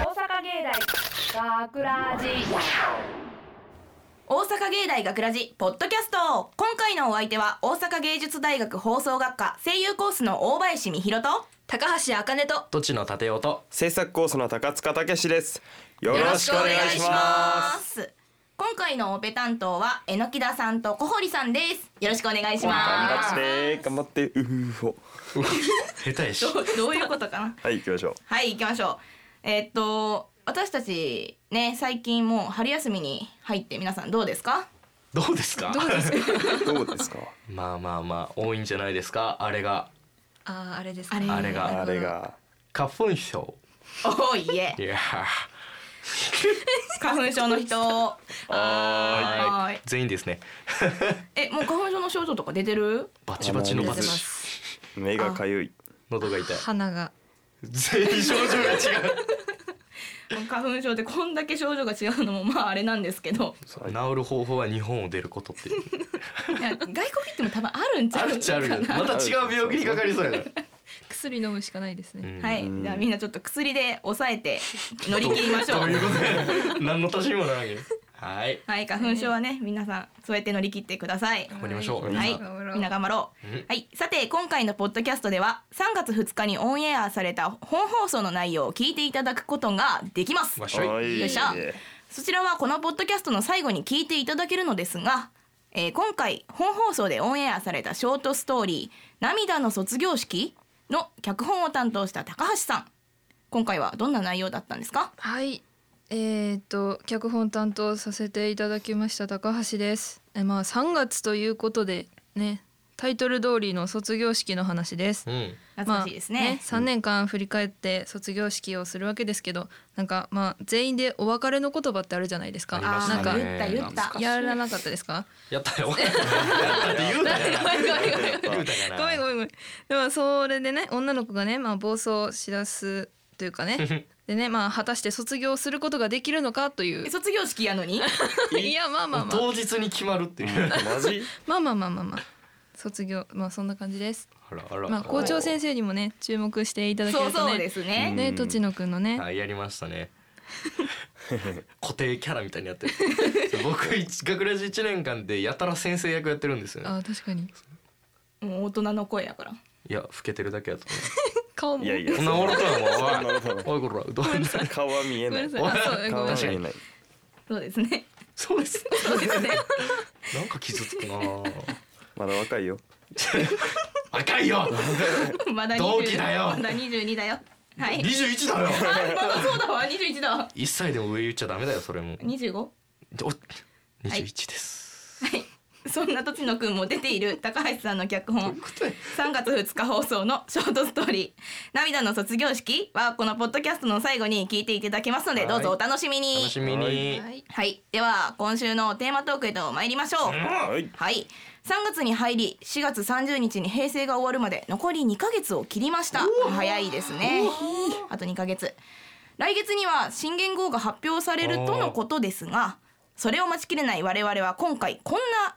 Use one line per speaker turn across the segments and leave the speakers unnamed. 大学ラジ
大阪芸大学ラジポッドキャスト今回のお相手は大阪芸術大学放送学科声優コースの大林美弘と高橋茜と
土地の立てと
制作コースの高塚武史ですよ
よ
ろしくお願いします
す今回のオペ担当は榎木田さんと小堀さんですよろしくお願いし
頑
ま
張
す
って頑張ってうふう
下手やし
どうどういうことかな
はい行きましょう
はい行きましょうえーっと私たちね最近もう春休みに入って皆さんどうですか
どうですか
どうですか
まあまあまあ多いんじゃないですかあれが
あああれです
あれ
あれが
あれが
花粉症
おーいえ
いやー
花粉症の人
は
はーい
ーい全員ですね
えもう花粉症の症状とか出てる
バチバチのバツ
出てます
目がかゆい
喉が痛い
花が
全員症状が違
花粉症ってこんだけ症状が違うのもまああれなんですけど
そう
う治る方法は日本を出ることって
いや外国行っても多分あるんちゃ
あ
う
るっちゃあるよね
かな
また違う病気にかかりそうやな
薬飲むしかないですね、
はい
うん
じゃあみんなちょっと薬で抑えて乗り切りましょう
どういうことや何の足しにもならんけどはい
はい花粉症はね皆さんそうやって乗り切ってください
頑張りましょう
は
みんな
はい
頑張ろう
みんな頑張ろう
うん
はいさて今回のポッドキャストでは3月2日にオンエアされた本放送の内容を聞いていただくことができます
わっしょい
あいい
よい
ね
しょそちらはこのポッドキャストの最後に聞いていただけるのですが、えー今回本放送でオンエアされたショートストーリー「涙の卒業式」の脚本を担当した高橋さん今回はどんな内容だったんですか
はいえーっと脚本担当させていただきました高橋ですえまあ3月ということでねタイトル通りの卒業式の話です
うん
懐かしいですね,、
まあ3年間振り返って卒業式をするわけですけどなんかまあ全員でお別れの言葉ってあるじゃないですか
ありまし
な
た
ん
ね
か
言った言った
やらなかったですか
やったよやったって言うたやな言うたかな
ごめんごめんごめん。でもそれでね女の子がねまあ暴走しだすというかねでねまあ果たして卒業することができるのかという
え。卒業式やのに
いやまあまあまあ
当日に決まるっていう
マジ
まあまあまあまあまあ卒業まあそんな感じです。
あらあら
まあ校長先生にもね注目していただけ
そう
ると
そう
ね。
ですね、
ねとちのくんのね。
あやりましたね固定キャラみたいにやってるそう僕一学ラジ1年間でやたら先生役やってるんですよね
あ確かに
もう大人の声やから
いや老けてるだけやと
顔も。
いやいや
思うこんなおろたの
そんな
おいおいこらどう
顔は見え
ごめ
なんい
なさい。あそうご
顔
めん
は
なさい。
見えない
そうですね
そうです
そうですね
なんか傷つくな
まだ若いよ
赤いよ
まだ20
同期だよ
まだ22だよはい
21だよ
あまだそうだわ21だわ
1歳でも上言っちゃダメだよそれも
25?
お21です、
そんなとちのくんも出ている高橋さんの脚本3月2日放送のショートストーリー「涙の卒業式」はこのポッドキャストの最後に聞いていただけますので
はい
どうぞお楽しみに
楽しみに、
はい
はい、では今週のテーマトークへと参りましょう、
はい
はい3月に入り4月30日に平成が終わるまで残り2ヶ月を切りました早いですねあと2ヶ月来月には新元号が発表されるとのことですがそれを待ちきれない我々は今回こんな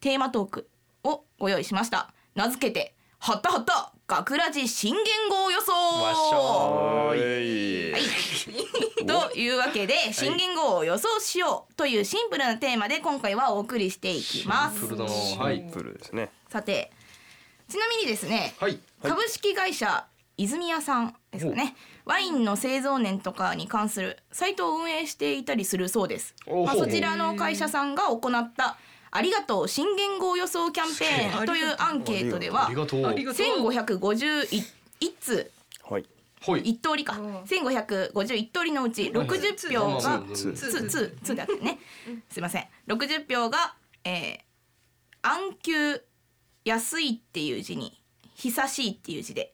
テーマトークをご用意しました名付けて「はったはった学ラジ新元号予想」
わっしょ
は
はい
い
というわけで新元号を予想しようというシンプルなテーマで今回はお送りしていきます
シンプルだな
シ
はい
ンプルですね
さてちなみにですね、
はい
株式会社泉屋さんですかねワインの製造年とかに関するサイトを運営していたりするそうです、
お
まあ、
ほう
そちらの会社さんが行ったありがとう新元号予想キャンペーンというアンケートでは
ありがとう
ありがとう
1551通
はい
はい
一通りか
おう
1551通りのうち60
まあま
票
あ
が
そう
ツー
ツーツーツーだってね。すいません。六十票が、えー、安久安いっていう字に久しいっていう字で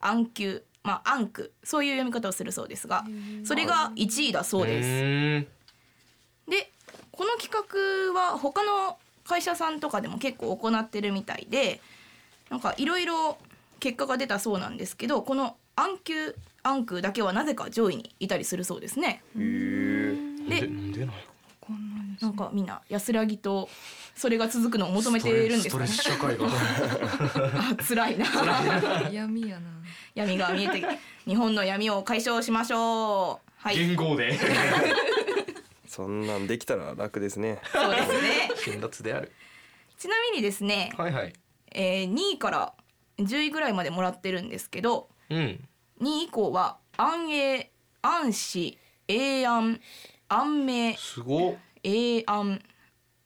安久まあ安久そういう読み方をするそうですが、それが一位だそうです。
す
でこの企画は他の会社さんとかでも結構行ってるみたいで、なんかいろいろ結果が出たそうなんですけど、この安久安久だけはなぜか上位にいたりするそうですね。
へー
で
なんでなんで
こんなに
なんかみんな安らぎとそれが続くのを求めているんです
スト
か
レ
ね
ス。社会が
あ辛いな。
闇やな。
闇が見えて日本の闇を解消しましょう。はい
言語で
そんなんできたら楽ですね。
そうですね
辛辣である
ちなみにですね、
はいはい
えー、2位から10位ぐらいまでもらってるんですけど
うん
2位以降は安永安市永安安明
すごっ
永安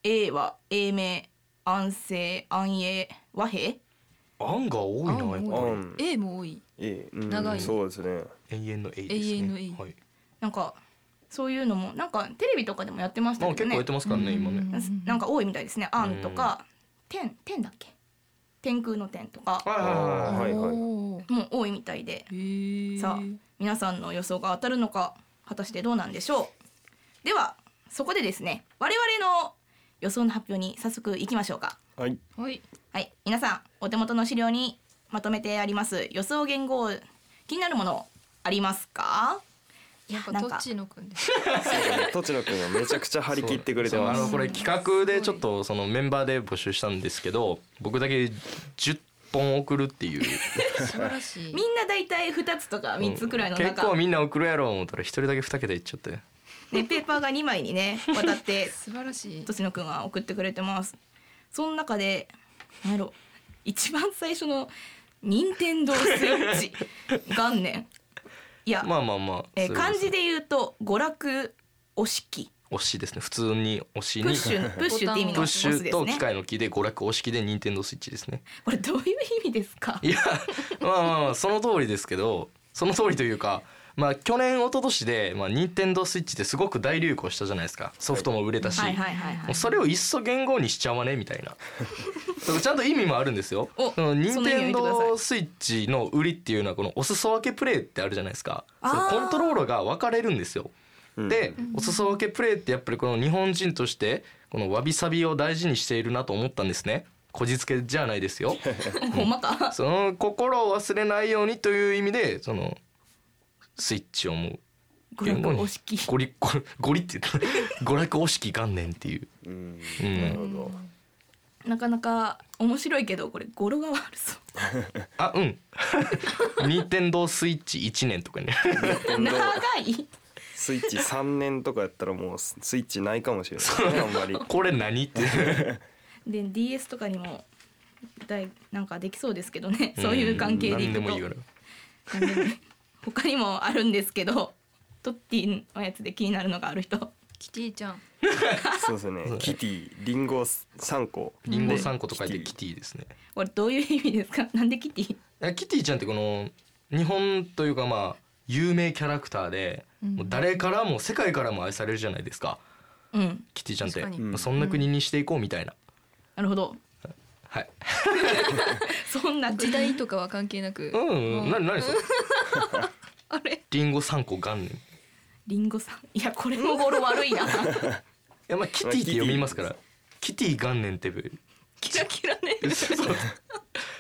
永は永明安政安永和平
案が多いな
案多
や
い
っぱ
う
り
ん、
A も多い
ええ、うん
長い
そうですね。
永遠の A ですね
永遠の A
はい
なんかそういうのもなんかテレビとかでもやってました
まあ
けど
結構
ね
やってますからね今
うん
ね
なんか多いみたいですね安とか天天だっけ天空の天とか
はいはいはい
はいはい
おー
もう多いみたいで
へー
さあ皆さんの予想が当たるのか果たしてどうなんでしょうではそこでですね我々の予想の発表に早速いきましょうか
はい。
はい
はい皆さんお手元の資料にまとめてあります予想言語気になるものありますかい
な
や
んか
なん
ど
か
っちのくんです
とちのくんがめちゃくちゃ張り切ってくれて
そうあ
ま
の
す。
これ企画でちょっとそのメンバーで募集したんですけど僕だけ10本送るっていう
素晴らし
み
い
んな大体2つとか3つくらいの
結構
中、
みんな送るやろう思ったら一人だけ2桁いっちゃって
ね、ペーパーが2枚にね渡って
素晴らしい
としのくんは送ってくれてますその中で何やろ一番最初の任天堂スイッチ元年いや、
まあまあまあ、
えー
そういうこと
漢
です
字で言うと娯楽押し機
推しですね普通に推しに
プッシュプッシュって意味の
プッ
押
シ
す
ュ
です
と
ね
機械の木で娯楽推し機で任天堂スイッチですね
これどういう意味ですか
いやまあまあまあその通りですけどその通りというかまあ去年一昨年でまあ任天堂スイッチってすごく大流行したじゃないですかソフトも売れたし、
はいはいはいは
もう
い
それをいっそ言語にしちゃわねみたいなそうちゃんと意味もあるんですよ
お
その
そ
任
の意味を言
天
ってください
堂スイッチの売りっていうのはこのお裾分けプレイってあるじゃないですか
あー
そのコントローラーが分かれるんですよ
うん
で、お裾分けプレイってやっぱりこの日本人としてこのわびさびを大事にしているなと思ったんですねこじつけじゃないです よ
ほんまか
その心を忘れないようにという意味でそのスイッチをもう
娯楽押し機
ゴリゴリゴリって言った娯楽推しき元年っていう、
うん。
うん
なるほど。
なかなか面白いけどこれ語呂が悪そう
あうん。 任天堂スイッチ一年とかね。
今度
長い
スイッチ三年とかやったらもうスイッチないかもしれないね。あんまり。
これ何って。
で DS とかにもだいなんかできそうですけどね そういう関係でいく
何で
と
もいいから。
なんでもいい他にもあるんですけどトッティのやつで気になるのがある人
キティちゃん
そうですね。キティ、リンゴ三個。
リンゴ三個と書いて
で
キテ
キ
ィですね。
これどういう意味ですかなんでキティ
あキティちゃんってこの日本というかまあ有名キャラクターで、もう誰からも世界からも愛されるじゃないですか。
うん
キティちゃんって、
確かに
もうそんな国にしていこうみたいな。
なるほど
はい。
そんな
時
時代
代とかは関係なく
うんうん。なになにそれ。
あれ
リンゴ三個元年。い
リンゴさんいやこれも語呂悪いな
やまあキティって読みますから。キティ元年って。
キラキラ ね
そう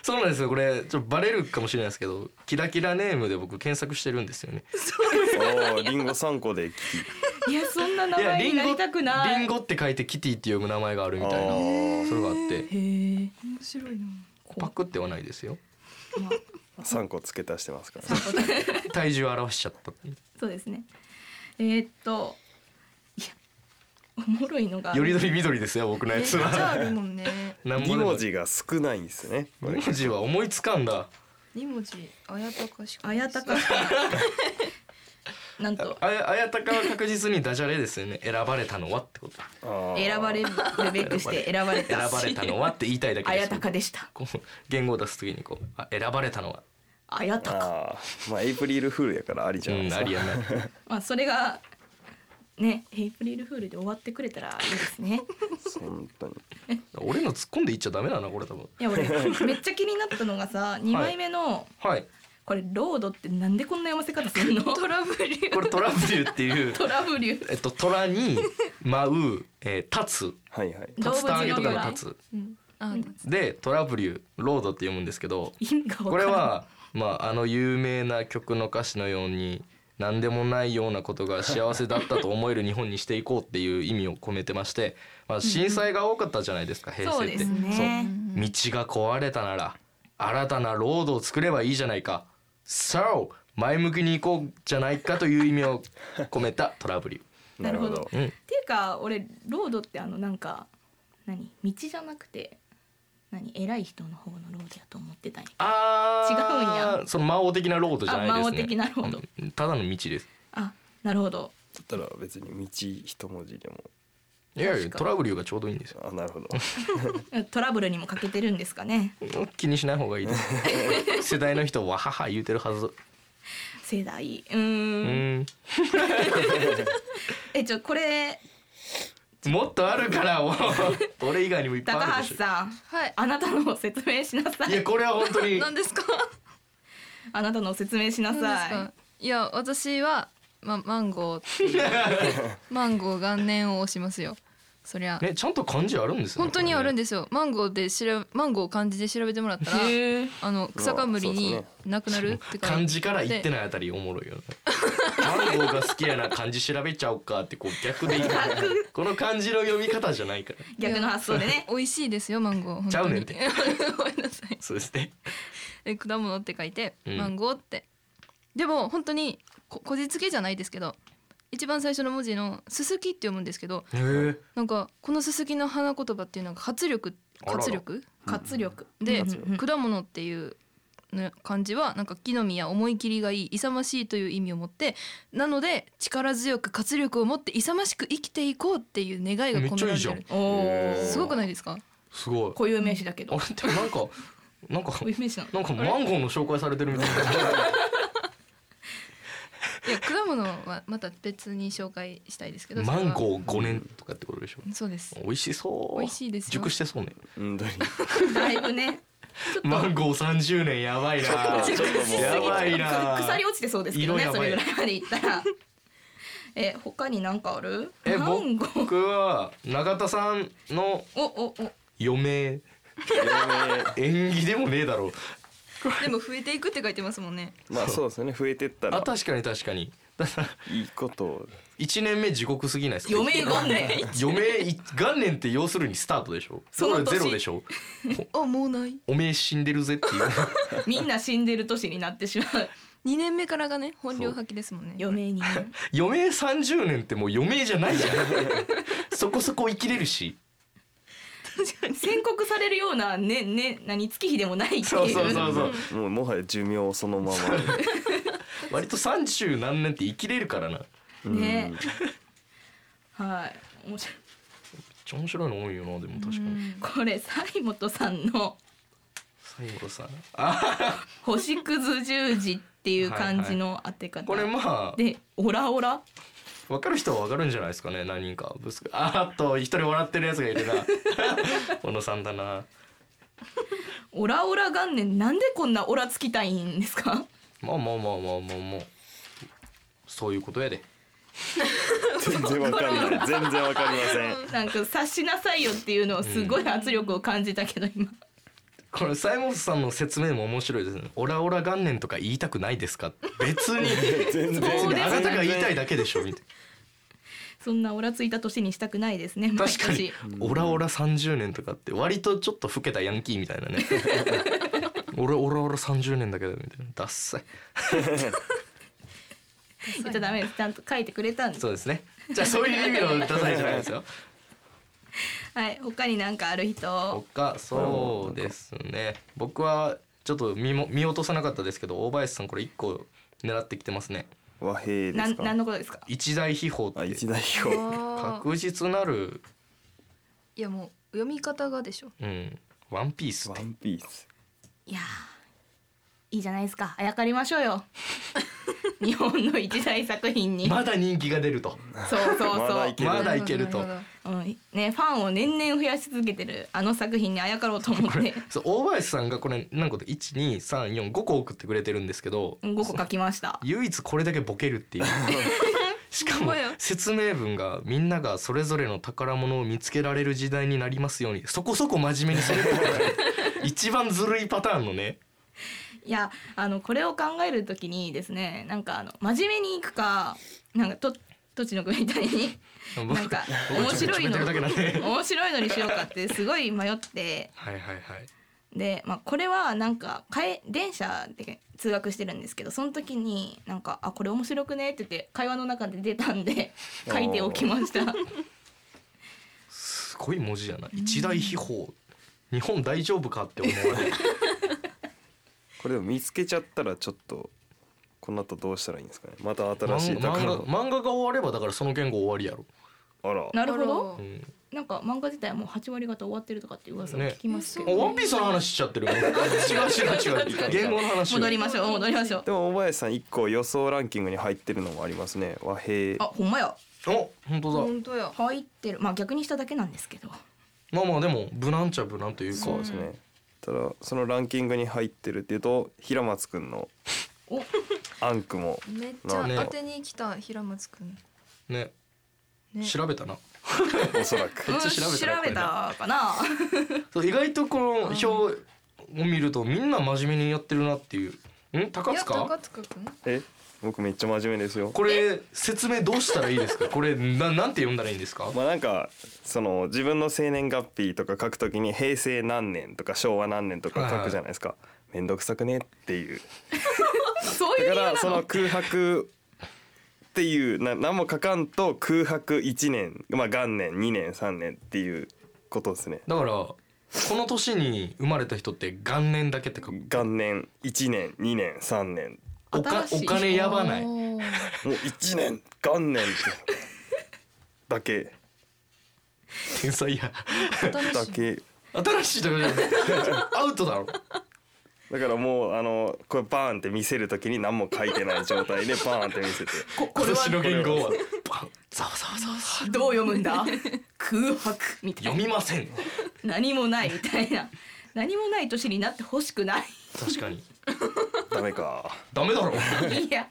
そうなんですよこれちょっとバレるかもしれないですけどキラキラネームで僕検索してるんですよね
おお、リンゴ三個でキ
いやそんな名前になりたくない
リンゴって書いてキティって読む名前がある
テ
み
ィ。
たいな
あ
それがあって
へえ
面白いな
パクってはないですよ
まあ
あ、三個付け足してますから、ね。
体重表しちゃった
そうですねえーっといやおもろいのが
よりどり緑ですよ僕のや
めっ
つ
ちゃあ
は
るもんね
何
二文字が少ないんですね。これ
文字は思いつかんだ
二文字あやたかしか
あやたかさ んなんと
あやあやたかは確実にダジャレですよね選ばれたのはってこと
あー
選ばれるべくして選ばれ
選
た
ばれたのはって言いたいだけ
あ
で
や
す
たかでした
こう言語を出す時にこうあ選ばれたのは
あやたか
あーまあエイプリルフールやからありじ
う
ゃないで
ん
す
あ
か、
りやない
まあそれがねヘイプリルフールで終わってくれたらいいです ね
本当に
俺の突っ込んでいっちゃダメだなこれ多分
いや俺めっちゃ気になったのがさ2枚目の
はい
これロードってなんでこんな読ませ方するのトラブリュ
こ れトラブリューっていう
トラブリュ
えっと虎に舞う、えー、立
はいはい
つ
動
竜
物
田揚げ
の
とかの
虎
立つ
うんあ
でトラブリューロードって読むんですけど
意味がわ
こ
か
れ
らん
はまああの有名な曲の歌詞のように何でもないようなことが幸せだったと思える日本にしていこうっていう意味を込めてまして、まあ、震災が多かったじゃないですか平
そ
成
う
っ
で
て
す。ね
道が壊れたなら新たなロードを作ればいいじゃないか。So 前向きに行こうじゃないかという意味を込めた トラブリ
なるほど
うん
っていうか俺ロードってあのなんか何道じゃなくて何偉い人の方のロードやと思ってたんや
あー
違うんや
その魔王的なロードじゃないですね
あ魔王的なロード
うんただの道です
あなるほど
ったら別に道一文字でも
いやいや
確かに
トラブリューがちょうどいいんですよ
あなるほど
トラブルにも欠けてるんですかね
気にしない方 がいいです世代の人ははは言うてるはず
世代うー
うん
ん
ん
えちょこれ
もっとあるから もう俺以外にもいっぱいあ
高
るでし
橋さん
はい
あなたのを説明しなさ
ょいや
い
これは本当 に
何ですか
あなたのを説明しな
何です
さ
かいや私はまマンゴーっていうマンゴー元年を押しますよそりゃ、
ねちゃんと漢字あるんですね
本当にあるん
で
ですよマンゴーで調べマンゴーを漢字で調べてもらったら
いへー
あの草冠
そう
に
そ
なくなるって書いて
漢字から言ってないあたりおもろいよねマンゴーが好きやな漢字調べちゃおうかってこう逆でいい この漢字の読み方じゃないから
逆の発想でね
美味しいですよマンゴー本当に
ちゃうねんて
ごめんなさい
そうですね
え果物って書いて、
うん
マンゴーってでも本当にここじつけじゃないですけど一番最初の文字の「すすき」って読むんですけど
へ え
なんかこのすすきの花言葉っていうのが活力
あらら
活力
活力
で、
うんうんうん
果物っていうね漢字はなんか木の実や思い切りがいい勇ましいという意味を持ってなので力強く活力を持って勇ましく生きていこうっていう願いが込めら
めっちゃい
れ
いじ
て
ゃ
る
ん
おお
へー
すごくないですか
すごい
固有名詞だけど
あれでもなんかなんか
固有名詞なの
なんかマンゴーの紹介されてるみたい
いや果物はまた別に紹介したいですけど
なマン
ー
ゴー5年とかってことでしょ
そうです
美味しそう
美味しいですよ
熟してそうね
うんどれ
だいぶね
マンゴー30年やばいな
ちょっともう
やばいな
く腐り落ちてそうですけどね
色や
そ
ばい
れぐらいまでいったら え他に何かある
え
マンゴー
僕は永田さんの
おおお
余命
嫁
縁起でもねえだろう
でも増えていくって書いてますもんね
まあそうですね増えてった
あ
ら
確かに確かに だから
いいことを
1年目地獄すぎないですか
余命元年
余命い元年って要するにスタートでしょ
その年
これゼロでしょ
あもうない
おめえ死んでるぜっていう
みんな死んでる年になってしまう
2年目からがね本領発揮ですもんね
余命にね
余命30年ってもう余命じゃないじゃんそこそこ生きれるし
宣告されるようなねね何月日でもないっていう
そうそうそうそう
もうもはや寿命そのまま
割と30何年って生きれるからなめっ
ねはい面白い
ちゃ面白いの多いよなでも確かに
これ西本さんの
最後さあ
「星屑十字」っていう感じの当て方
これまあ
で「オラオラ
分かる人は分かるんじゃないですかね何人かぶつかあっと一人笑ってるやつがい るな小野さんだな
オラオラ元年なんでこんなオラつきたいんですか
まあまあまあまあまあまあそういうことやで
全然わかん ない全然わかりません
なんか察しなさいよっていうのをすごい圧力を感じたけど今
これサイモンさんの説明も面白いですね「オラオラ元年」とか言いたくないですか別 に
全然
別にあなたが言いたいだけでしょみたい
そんなオラついた年にしたくないですね
な
毎
確かに
年
「オラオラ30年」とかって割とちょっと老けたヤンキーみたいなね 「俺オラオラ30年だけど」みたいなダッサい
言っちゃダメですちゃんと書いてくれたんです
そうですねじゃあそういう意味のダサいじゃないですよ
はい他になんかある人
他そうですね僕はちょっと見も見落とさなかったですけど大林さんこれ一個狙ってきてますね
和平で
な
す
ん
か
何のことですか
一大秘宝って
あ一代表
あー
確実なる、
いやもう読み方がでしょ
うん、ワンピース
ワ
って
ンピース
いやーいいじゃないですかあやかりましょう よ日本の一大作品に、
まだ人気が出ると
そうそうそう、
まだいける
まだいけると
なほどなほ
うんね、ファンを年々増やし続けてるあの作品にあやかろうと思っ
これ
て
そう大林さんがこれ何個で12345個送ってくれてるんですけど
5個書きました
唯一これだけボケるっていうしか
ほん
も
まや
説明文がみんながそれぞれの宝物を見つけられる時代になりますようにそこそこ真面目にそれってことだね一番ずるいパターンのね
いやあのこれを考えるときにですねなんかあの真面目にいくかなんかととちのくみたい になんか面白いの
僕ちょっと決めてるだけなんで
面白いのにしようかってすごい迷って
はいはいはい
で、まあ、これはなんか帰電車で通学してるんですけどその時になんか「あこれ面白くね」って言って会話の中で出たんで書いておきました
すごい文字やな一大秘宝日本大丈夫かって思われる
これでも見つけちゃったらちょっとこの後どうしたらいいんですかねまた新しい
漫画
宝
漫画漫画が終わればだからその言語終わりやろ、
あら
なるほど
う
あ
ん
なんか漫画自体はもう8割方終わってるとかっていう噂を
ね
聞きますけ
あ
ど、
ワンピースの話しちゃってる違う違う違う言語の話
戻りましょう戻りましょう
でも大林さん一個予想ランキングに入ってるのもありますね和平
あほんまや
お本
ら
当だ
本当や。
入ってるまあ逆にしただけなんですけど
まあまあでも無難っちゃ無難というか
そうですねただそのランキングに入ってるっていうと平松くんの
お
アンクも
めっちゃ
ね
当てに来た平松くん。
ね
ね
調べたな
おそらく
めっちゃ
うん
調べた
調
な
べたかな
そう意外とこの表を見るとみんな真面目にやってるなっていうん高
いや
塚
高塚くん。
え僕めっちゃ真面目ですよ
これ説明どうしたらいいですかこれな なんて読んだらいいんですか
まあなんかその自分の生年月日とか書くときに平成何年とか昭和何年とか書くじゃないですか、めんどくさくねっていう
そういう
だ
理
か
由な
らその
の
空白っていうな何も書かんと空白1年、まあ、元年2年3年っていうことですね
だからこの年に生まれた人って元年だけって書く
元年1年2年3年
おか
新し
お
い
金やばない
おー
もう1年元年ってだけ
天才や
だ
新しい。
け
新しいとかじゃないアウトだろ
だからもうあのこれバーンって見せるときに何も書いてない状態でバーンって見せて。
こ こ
今
れ
年の
は
言語はバンざわざわざわざわ
どう読むんだ空白みたいな
読みません
何もないみたいな何もない年になってほしくない
確かに
ダメか。
ダメだろ
いや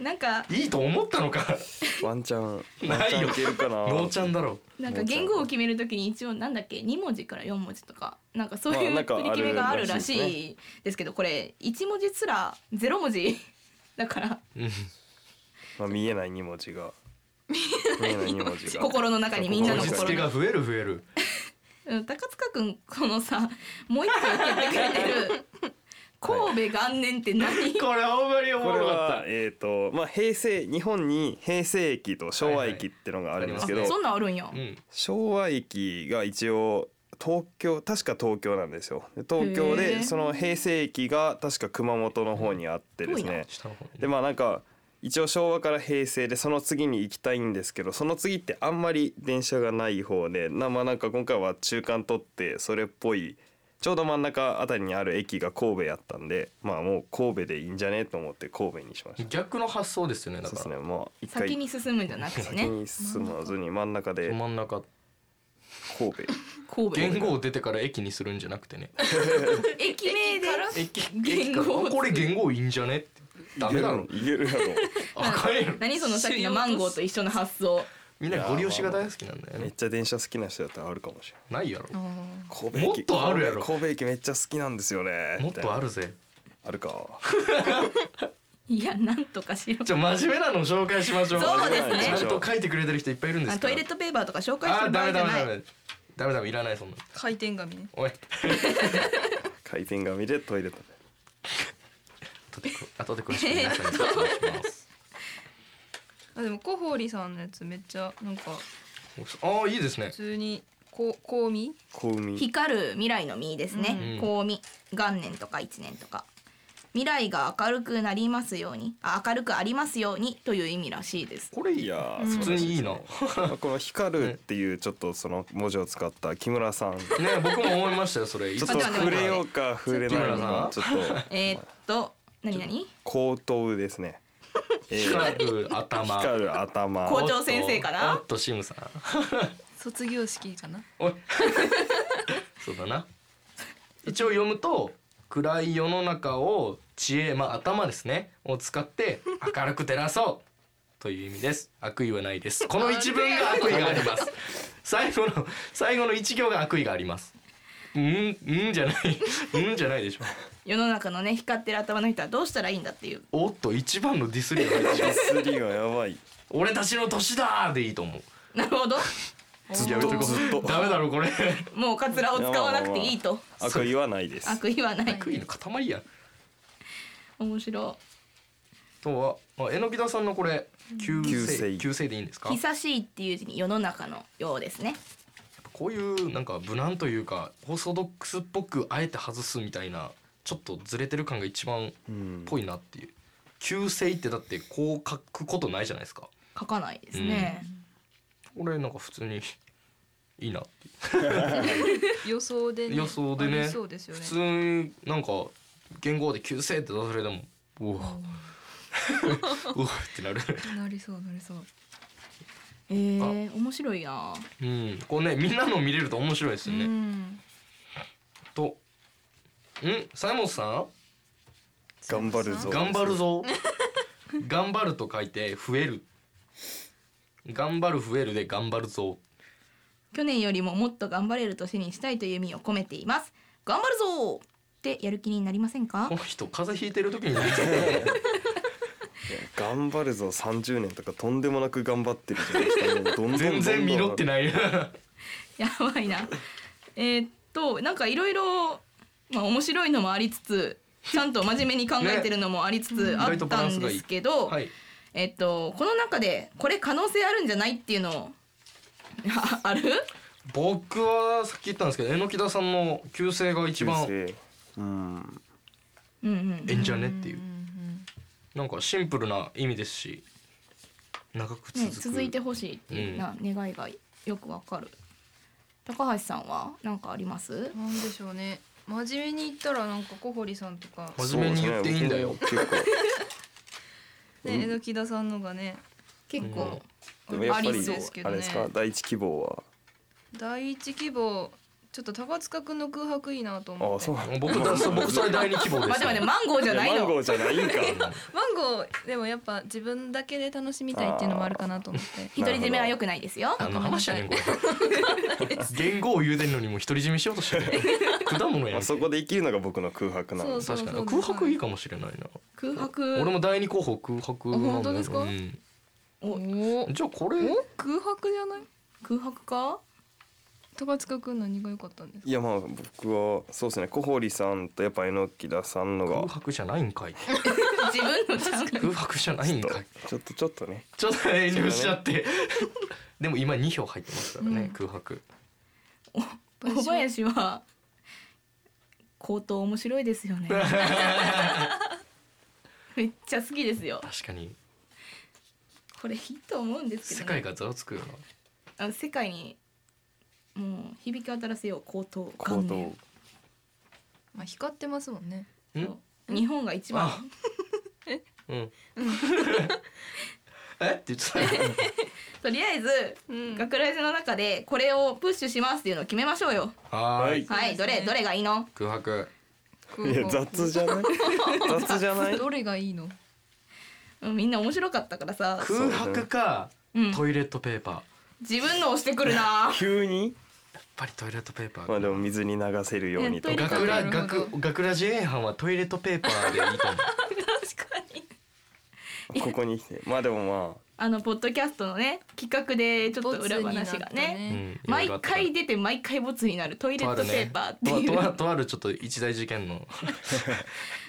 なんか
いいと思ったのか
ワンチャン。
ないよ
ワンチャンいけるかな。
ノーちゃんだろ
なんか言語を決めるときに一応なんだっけ2文字から4文字とかなんかそうい
まあな
うん
かあ
取
る
り決めがあるら
らし
しいですけどこれ1文字すら0文字 だから
うん
まあ見えない二文字が。見えない二文字 が。
心の中にみんなの
落ち着
心
け
に
が増える増える
うん高塚くんこのさもう一個言ってくれ てる神戸元年って何
これほんまにお
こ
も
れ
ろか
は
っ
えっ、とまあ平成日本に平成駅と昭和駅ってのがあるんですけど、
はいは
そんなんあるんや
たうん
昭和駅が一応東京確か東京なんですよ。で東京
へー
でその平成駅が確か熊本の方にあってです
遠い
ね。
下の方に
でまあなんか一応昭和から平成でその次に行きたいんですけどその次ってあんまり電車がない方でなまあなんか今回は中間取ってそれっぽいちょうど真ん中あたりにある駅が神戸やったんでまあもう神戸でいいんじゃねと思って神戸にしました。
逆の発想ですよねだ
そうです
か
ねまあ一回
先に進むんじゃなくて
先
ね
に進まずに真ん中
ら
で
真ん中
神戸
神戸
言語を出てから駅にするんじゃなくてね
駅名で
駅
言語を
駅からこれ言語いいんじゃねってダメだろ
いけるやろ
あかんやろ
何そのさっきのマンゴーと一緒の発想
みんなご利用しが大好きなんだよ
めっ
ね
ちゃ電車好きな人だったらあるかもしれない
ないやろ
あ
神戸駅
もっとあるやろ
神戸駅めっちゃ好きなんですよね
もっとあ
み
るぜ
たいなあるか
いやなんとかしろ
じゃあ真面目なの紹介しましょう
そうですね
ちゃんと書いてくれてる人いっぱいいるんで
あ
す
ト
から
イレットペーパーとか紹介す
あ
る
ー
場
ダ
合じ
メダ
ゃ
メ
ない
ダメダメダメいらないそんなの
ー 回転紙ね。
おい
回転紙でトイレットで
後で後で詳しく皆さんに説 明します
あでも小堀さんのやつめっちゃなんか
ああいいですね
普通にこうこうみ
小海
光る未来の実ですね、
うん
光未元年とか一年とか未来が明るくなりますようにあ明るくありますようにという意味らしいです
これい
い
い
や
うん
ー
普通にいいなね
まあこの光るっていうちょっとその文字を使った木村さんち
僕も思いましたよそれ
ょっと触れようか触れないのか
ち
ちょっと
えーっと何何
後頭ですね、えー、
光る頭
光る頭
校長先生かな
おっとおっとシムさん
卒業式かな。
おい そうだな一応読むと暗い世の中を知恵まあ頭ですねを使って明るく照らそうという意味です悪意はないですこの一文が悪意があります最後の最後の一行が悪意がありますうんうんじゃないうんじゃないでしょ
世の中のね光ってる頭の人はどうしたらいいんだっていう
おっと一番のディスりが入ってしま
デ
う
ィスりがやばい
俺たちの年だーでいいと思う
なるほど
ずっ
やめ
と
とこ
ずっと
うダメだろこれ
もうカツラを使わなくていいと
悪意はないです
悪意はない
悪意の塊や
面白
あとは、まあ、えのきださんのこれ旧
旧
姓
姓
旧姓でいいんですか
い久しいっていう字に世の中のようですね
こういうなんか無難というかオーソドックスっぽくあえて外すみたいなちょっとずれてる感が一番っ
うん
ぽいなっていう旧姓ってだってこう書くことないじゃないですか
書かないですね、
これなんか普通にいいなっていう
予想でね
予想でね
ありそうですよ
普
ね
通になんか言語で旧姓って出されてもおおうわ ってなる
なりそうなりそう
ええー面白いな
うんこうねみんなの見れると面白いですよね、
うん
とんサイモンさん
頑張るぞ
頑張るぞ頑張ると書いて増える頑張る増えるで頑張るぞ
去年よりももっと頑張れる年にしたいという意味を込めています頑張るぞーってやる気になりませんか
この人風邪ひいてる時にね
頑張るぞ30年とかとんでもなく頑張ってるじゃないですかもうどんどんどんどん
全然実ってない
やばいなえーっとなんかいろいろまあ面白いのもありつつちゃんと真面目に考えてるのもありつつ
ね
あったんですけど、
はい
えっとこの中でこれ可能性あるんじゃないっていうの をあある
僕はさっき言ったんですけど榎田さんの旧姓が一番
旧姓うん
うんうん
ええんじゃねっていう
うんうん
なんかシンプルな意味ですし長く続
ね、
く、
続いてほしいっていうな、願いがよくわかる高橋さんは何かあります
なんでしょうね真面目に言ったらなんか小堀さんとか
真面目に言っていいんだよ
そうですね僕も結
ね榎木田さんのがね
結構、
構でもやっぱ
あり
り
そうですけ
あ
ど
れ
ね
ですか第一希望は
第一希望ちょっと高塚くんの空白いいなと思
あ
って
そうなんだ
僕だ僕それ第二希望です、
まあでもねマンゴーじゃない
マンゴ
の
ーじゃないんか
マンゴーでもやっぱ自分だけで楽しみたいっていうのもあるかなと思って
独り占めは良くないですよ
何の話やねんこれ 言語を言うてんのにもう独り占めしようとしてる果物や
あ
ん
そこで生きるのが僕の空白なんで
そう
確かに空白いいかもしれないな
空白
俺も第二候補空白なんだよ
あ本当ですか
うん
おお
じゃあこれ
空白じゃない
空白か
高塚くん何が良かったんですか
いやまあ僕はそうですね小堀さんとやっぱ榎田さんの
空
が
白じゃないんかい
自分のちゃんと
空白じゃないんかい
ちょっとちょっとね
ちょっと遠慮しちゃってでも今二票入ってますから
う
ね
ん
空白
小林は口頭面白いですよねめっちゃ好きですよ
確かに
これいいと思うんですけ
世
ど、ね、
界がざわつくよな
あの世界にもう響き渡らせよう口頭
行
観
動
念
まあ光ってますもんね
ん
そう日本が一番
うんえって言ってた
とりあえず
うん
学ラジの中でこれをプッシュしますっていうのを決めましょうよ
はーい
は
そう
い
です
ど
ね
れどれがいいの
空白
空
い
白
や 雑じゃない雑じゃない
どれがいいの
うんみんな面白かったからさ、
空白か
うん、
トイレットペーパーやっ
自分の押してくる な
急に
ぱりトイレットペーパー
まあで
か
も水に流せるようにと
ねトイレットペーパ
学
か
ラ
ー
なる
学
ほ
学ラジエ班はトイレットペーパーでいいと思
確かに
ここに来てまあでも
あのポッドキャストのね企画でちょっと裏話がね
う、うん
毎
色々あったから
回出て毎回ボツになるトイレットペーパーっていう、
とあるねとあとあるちょっと一大事件の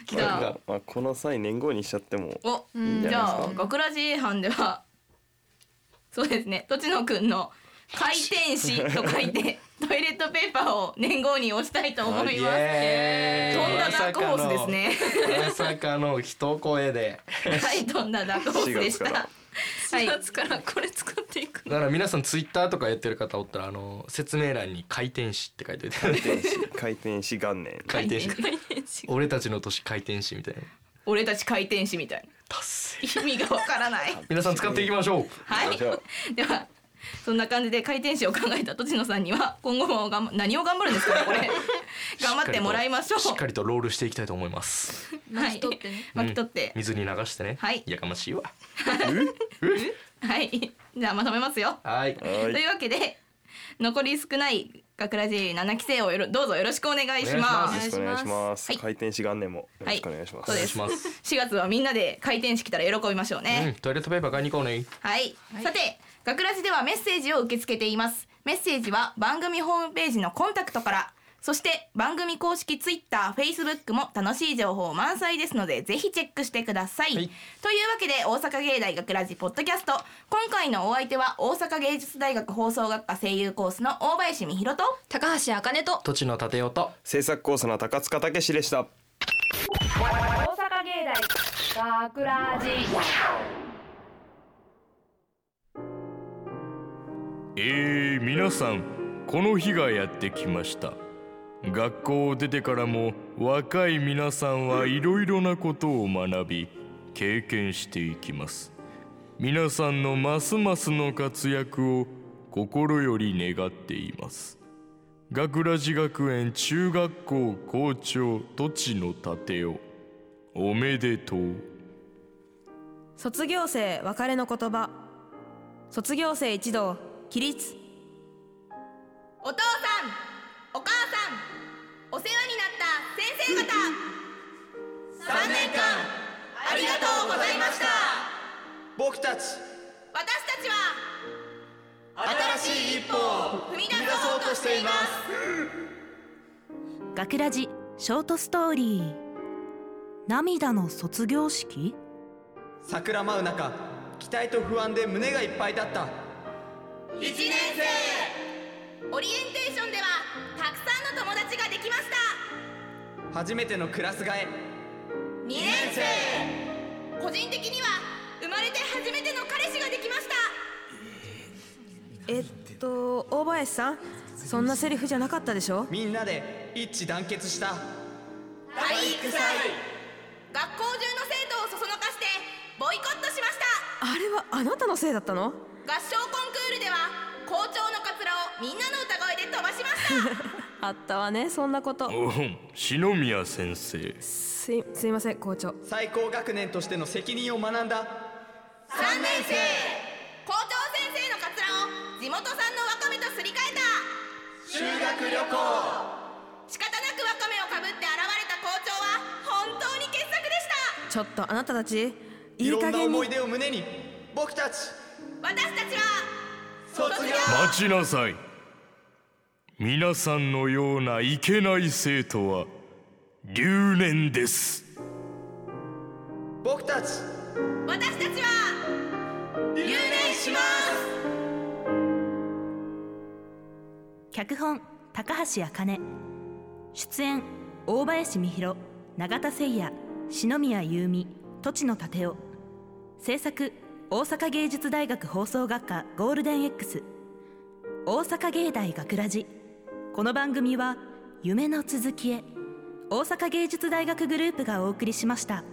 じゃ
ま
あ
あまあこの際年号にしちゃっても
お
うん
じゃあ
うん
学ラジ班ではそうですね栃野くんの回転子と書いてトイレットペーパーを年号に押したいと思います。
エ
飛んだダークホースですね。
まさかの一声で
はい、飛んだダークホースでし
4月
た
か。
はい
4月からこれ使っていくの
だから皆さんツイッターとかやってる方おったらあの説明欄に回転子って書いておい
回
て
転し回転し元年
回転子
概念詞
俺たちの年回転子みたいな
俺たち回転子みたい
達成
な。意味がわからない。
皆さん使っていきましょう
はい
じ。ゃあ
ではそんな感じで回転子を考えた栃野さんには今後もがん何を頑張るんですかねこれ 頑張ってもらいましょう
しっかりとロールしていきたいと思います
巻き取ってね
巻き取って、
水に流してね、
はい
やかましいわ
はいじゃあまとめますよ、
はい
はい
というわけで残り少ない学ラジ7期生をよろどうぞよろしくお願いしま
お
よろ
す
しくお願いします
はい
回転し元年もよろしくお願いしま
そうですす4月はみんなで回転式たら喜びましょうね、
うん、トイレットペーパー買いに行こうね
はい、
はい
さて学ラジではメッセージを受け付けていますメッセージは番組ホームページのコンタクトからそして番組公式ツイッター、フェイスブックも楽しい情報満載ですのでぜひチェックしてください。
はい
というわけで大阪芸大学ラジポッドキャスト今回のお相手は大阪芸術大学放送学科声優コースの大林美弘と
高橋あかねと
土地の建よと
制作コースの高塚武史でした
大阪芸大学ラジ
えー、皆さんこの日がやってきました学校を出てからも若い皆さんはいろいろなことを学び経験していきます皆さんのますますの活躍を心より願っています学ラジ学園中学校校長土地の立雄おめでとう
卒業生別れの言葉卒業生一同起立
お父さんお母さんお世話になった先生方3年間ありがとうございました
僕たち
私たちは
新しい一歩を
踏み出
踏み出そうとしています
学ラジショートストーリー涙の卒業式
桜舞う中期待と不安で胸がいっぱいだった
1年生オリエンテーションではたくさんの友達ができました
初めてのクラス替え
2年生個人的には生まれて初めての彼氏ができました
えっと大林さんそんなセリフじゃなかったでしょ
みんなで一致団結した
体育祭学校中の生徒をそそのかしてボイコットしました
あれはあなたのせいだったの
合唱コンクールでは校長のカツラをみんなの歌声で飛ばしました
あったわねそんなこと
お うん篠宮先生
すいすいません校長
最高学年としての責任を学んだ
3年生校長先生のカツラを地元産のワカメとすり替えた
修学旅行
仕方なくワカメをかぶって現れた校長は本当に傑作でした
ちょっとあなたたちい
い
い
ろ
加
んな
減に
思い出を胸に僕たち
私たちは
卒業
待ちなさい皆さんのようないけない生徒は留年です
僕たち
私たちは
留年します
脚本高橋あかね出演大林美弘永田誠也篠宮優美土地の立雄制作大阪芸術大学放送学科ゴールデン X 大阪芸大学ラジこの番組は夢の続きへ大阪芸術大学グループがお送りしました。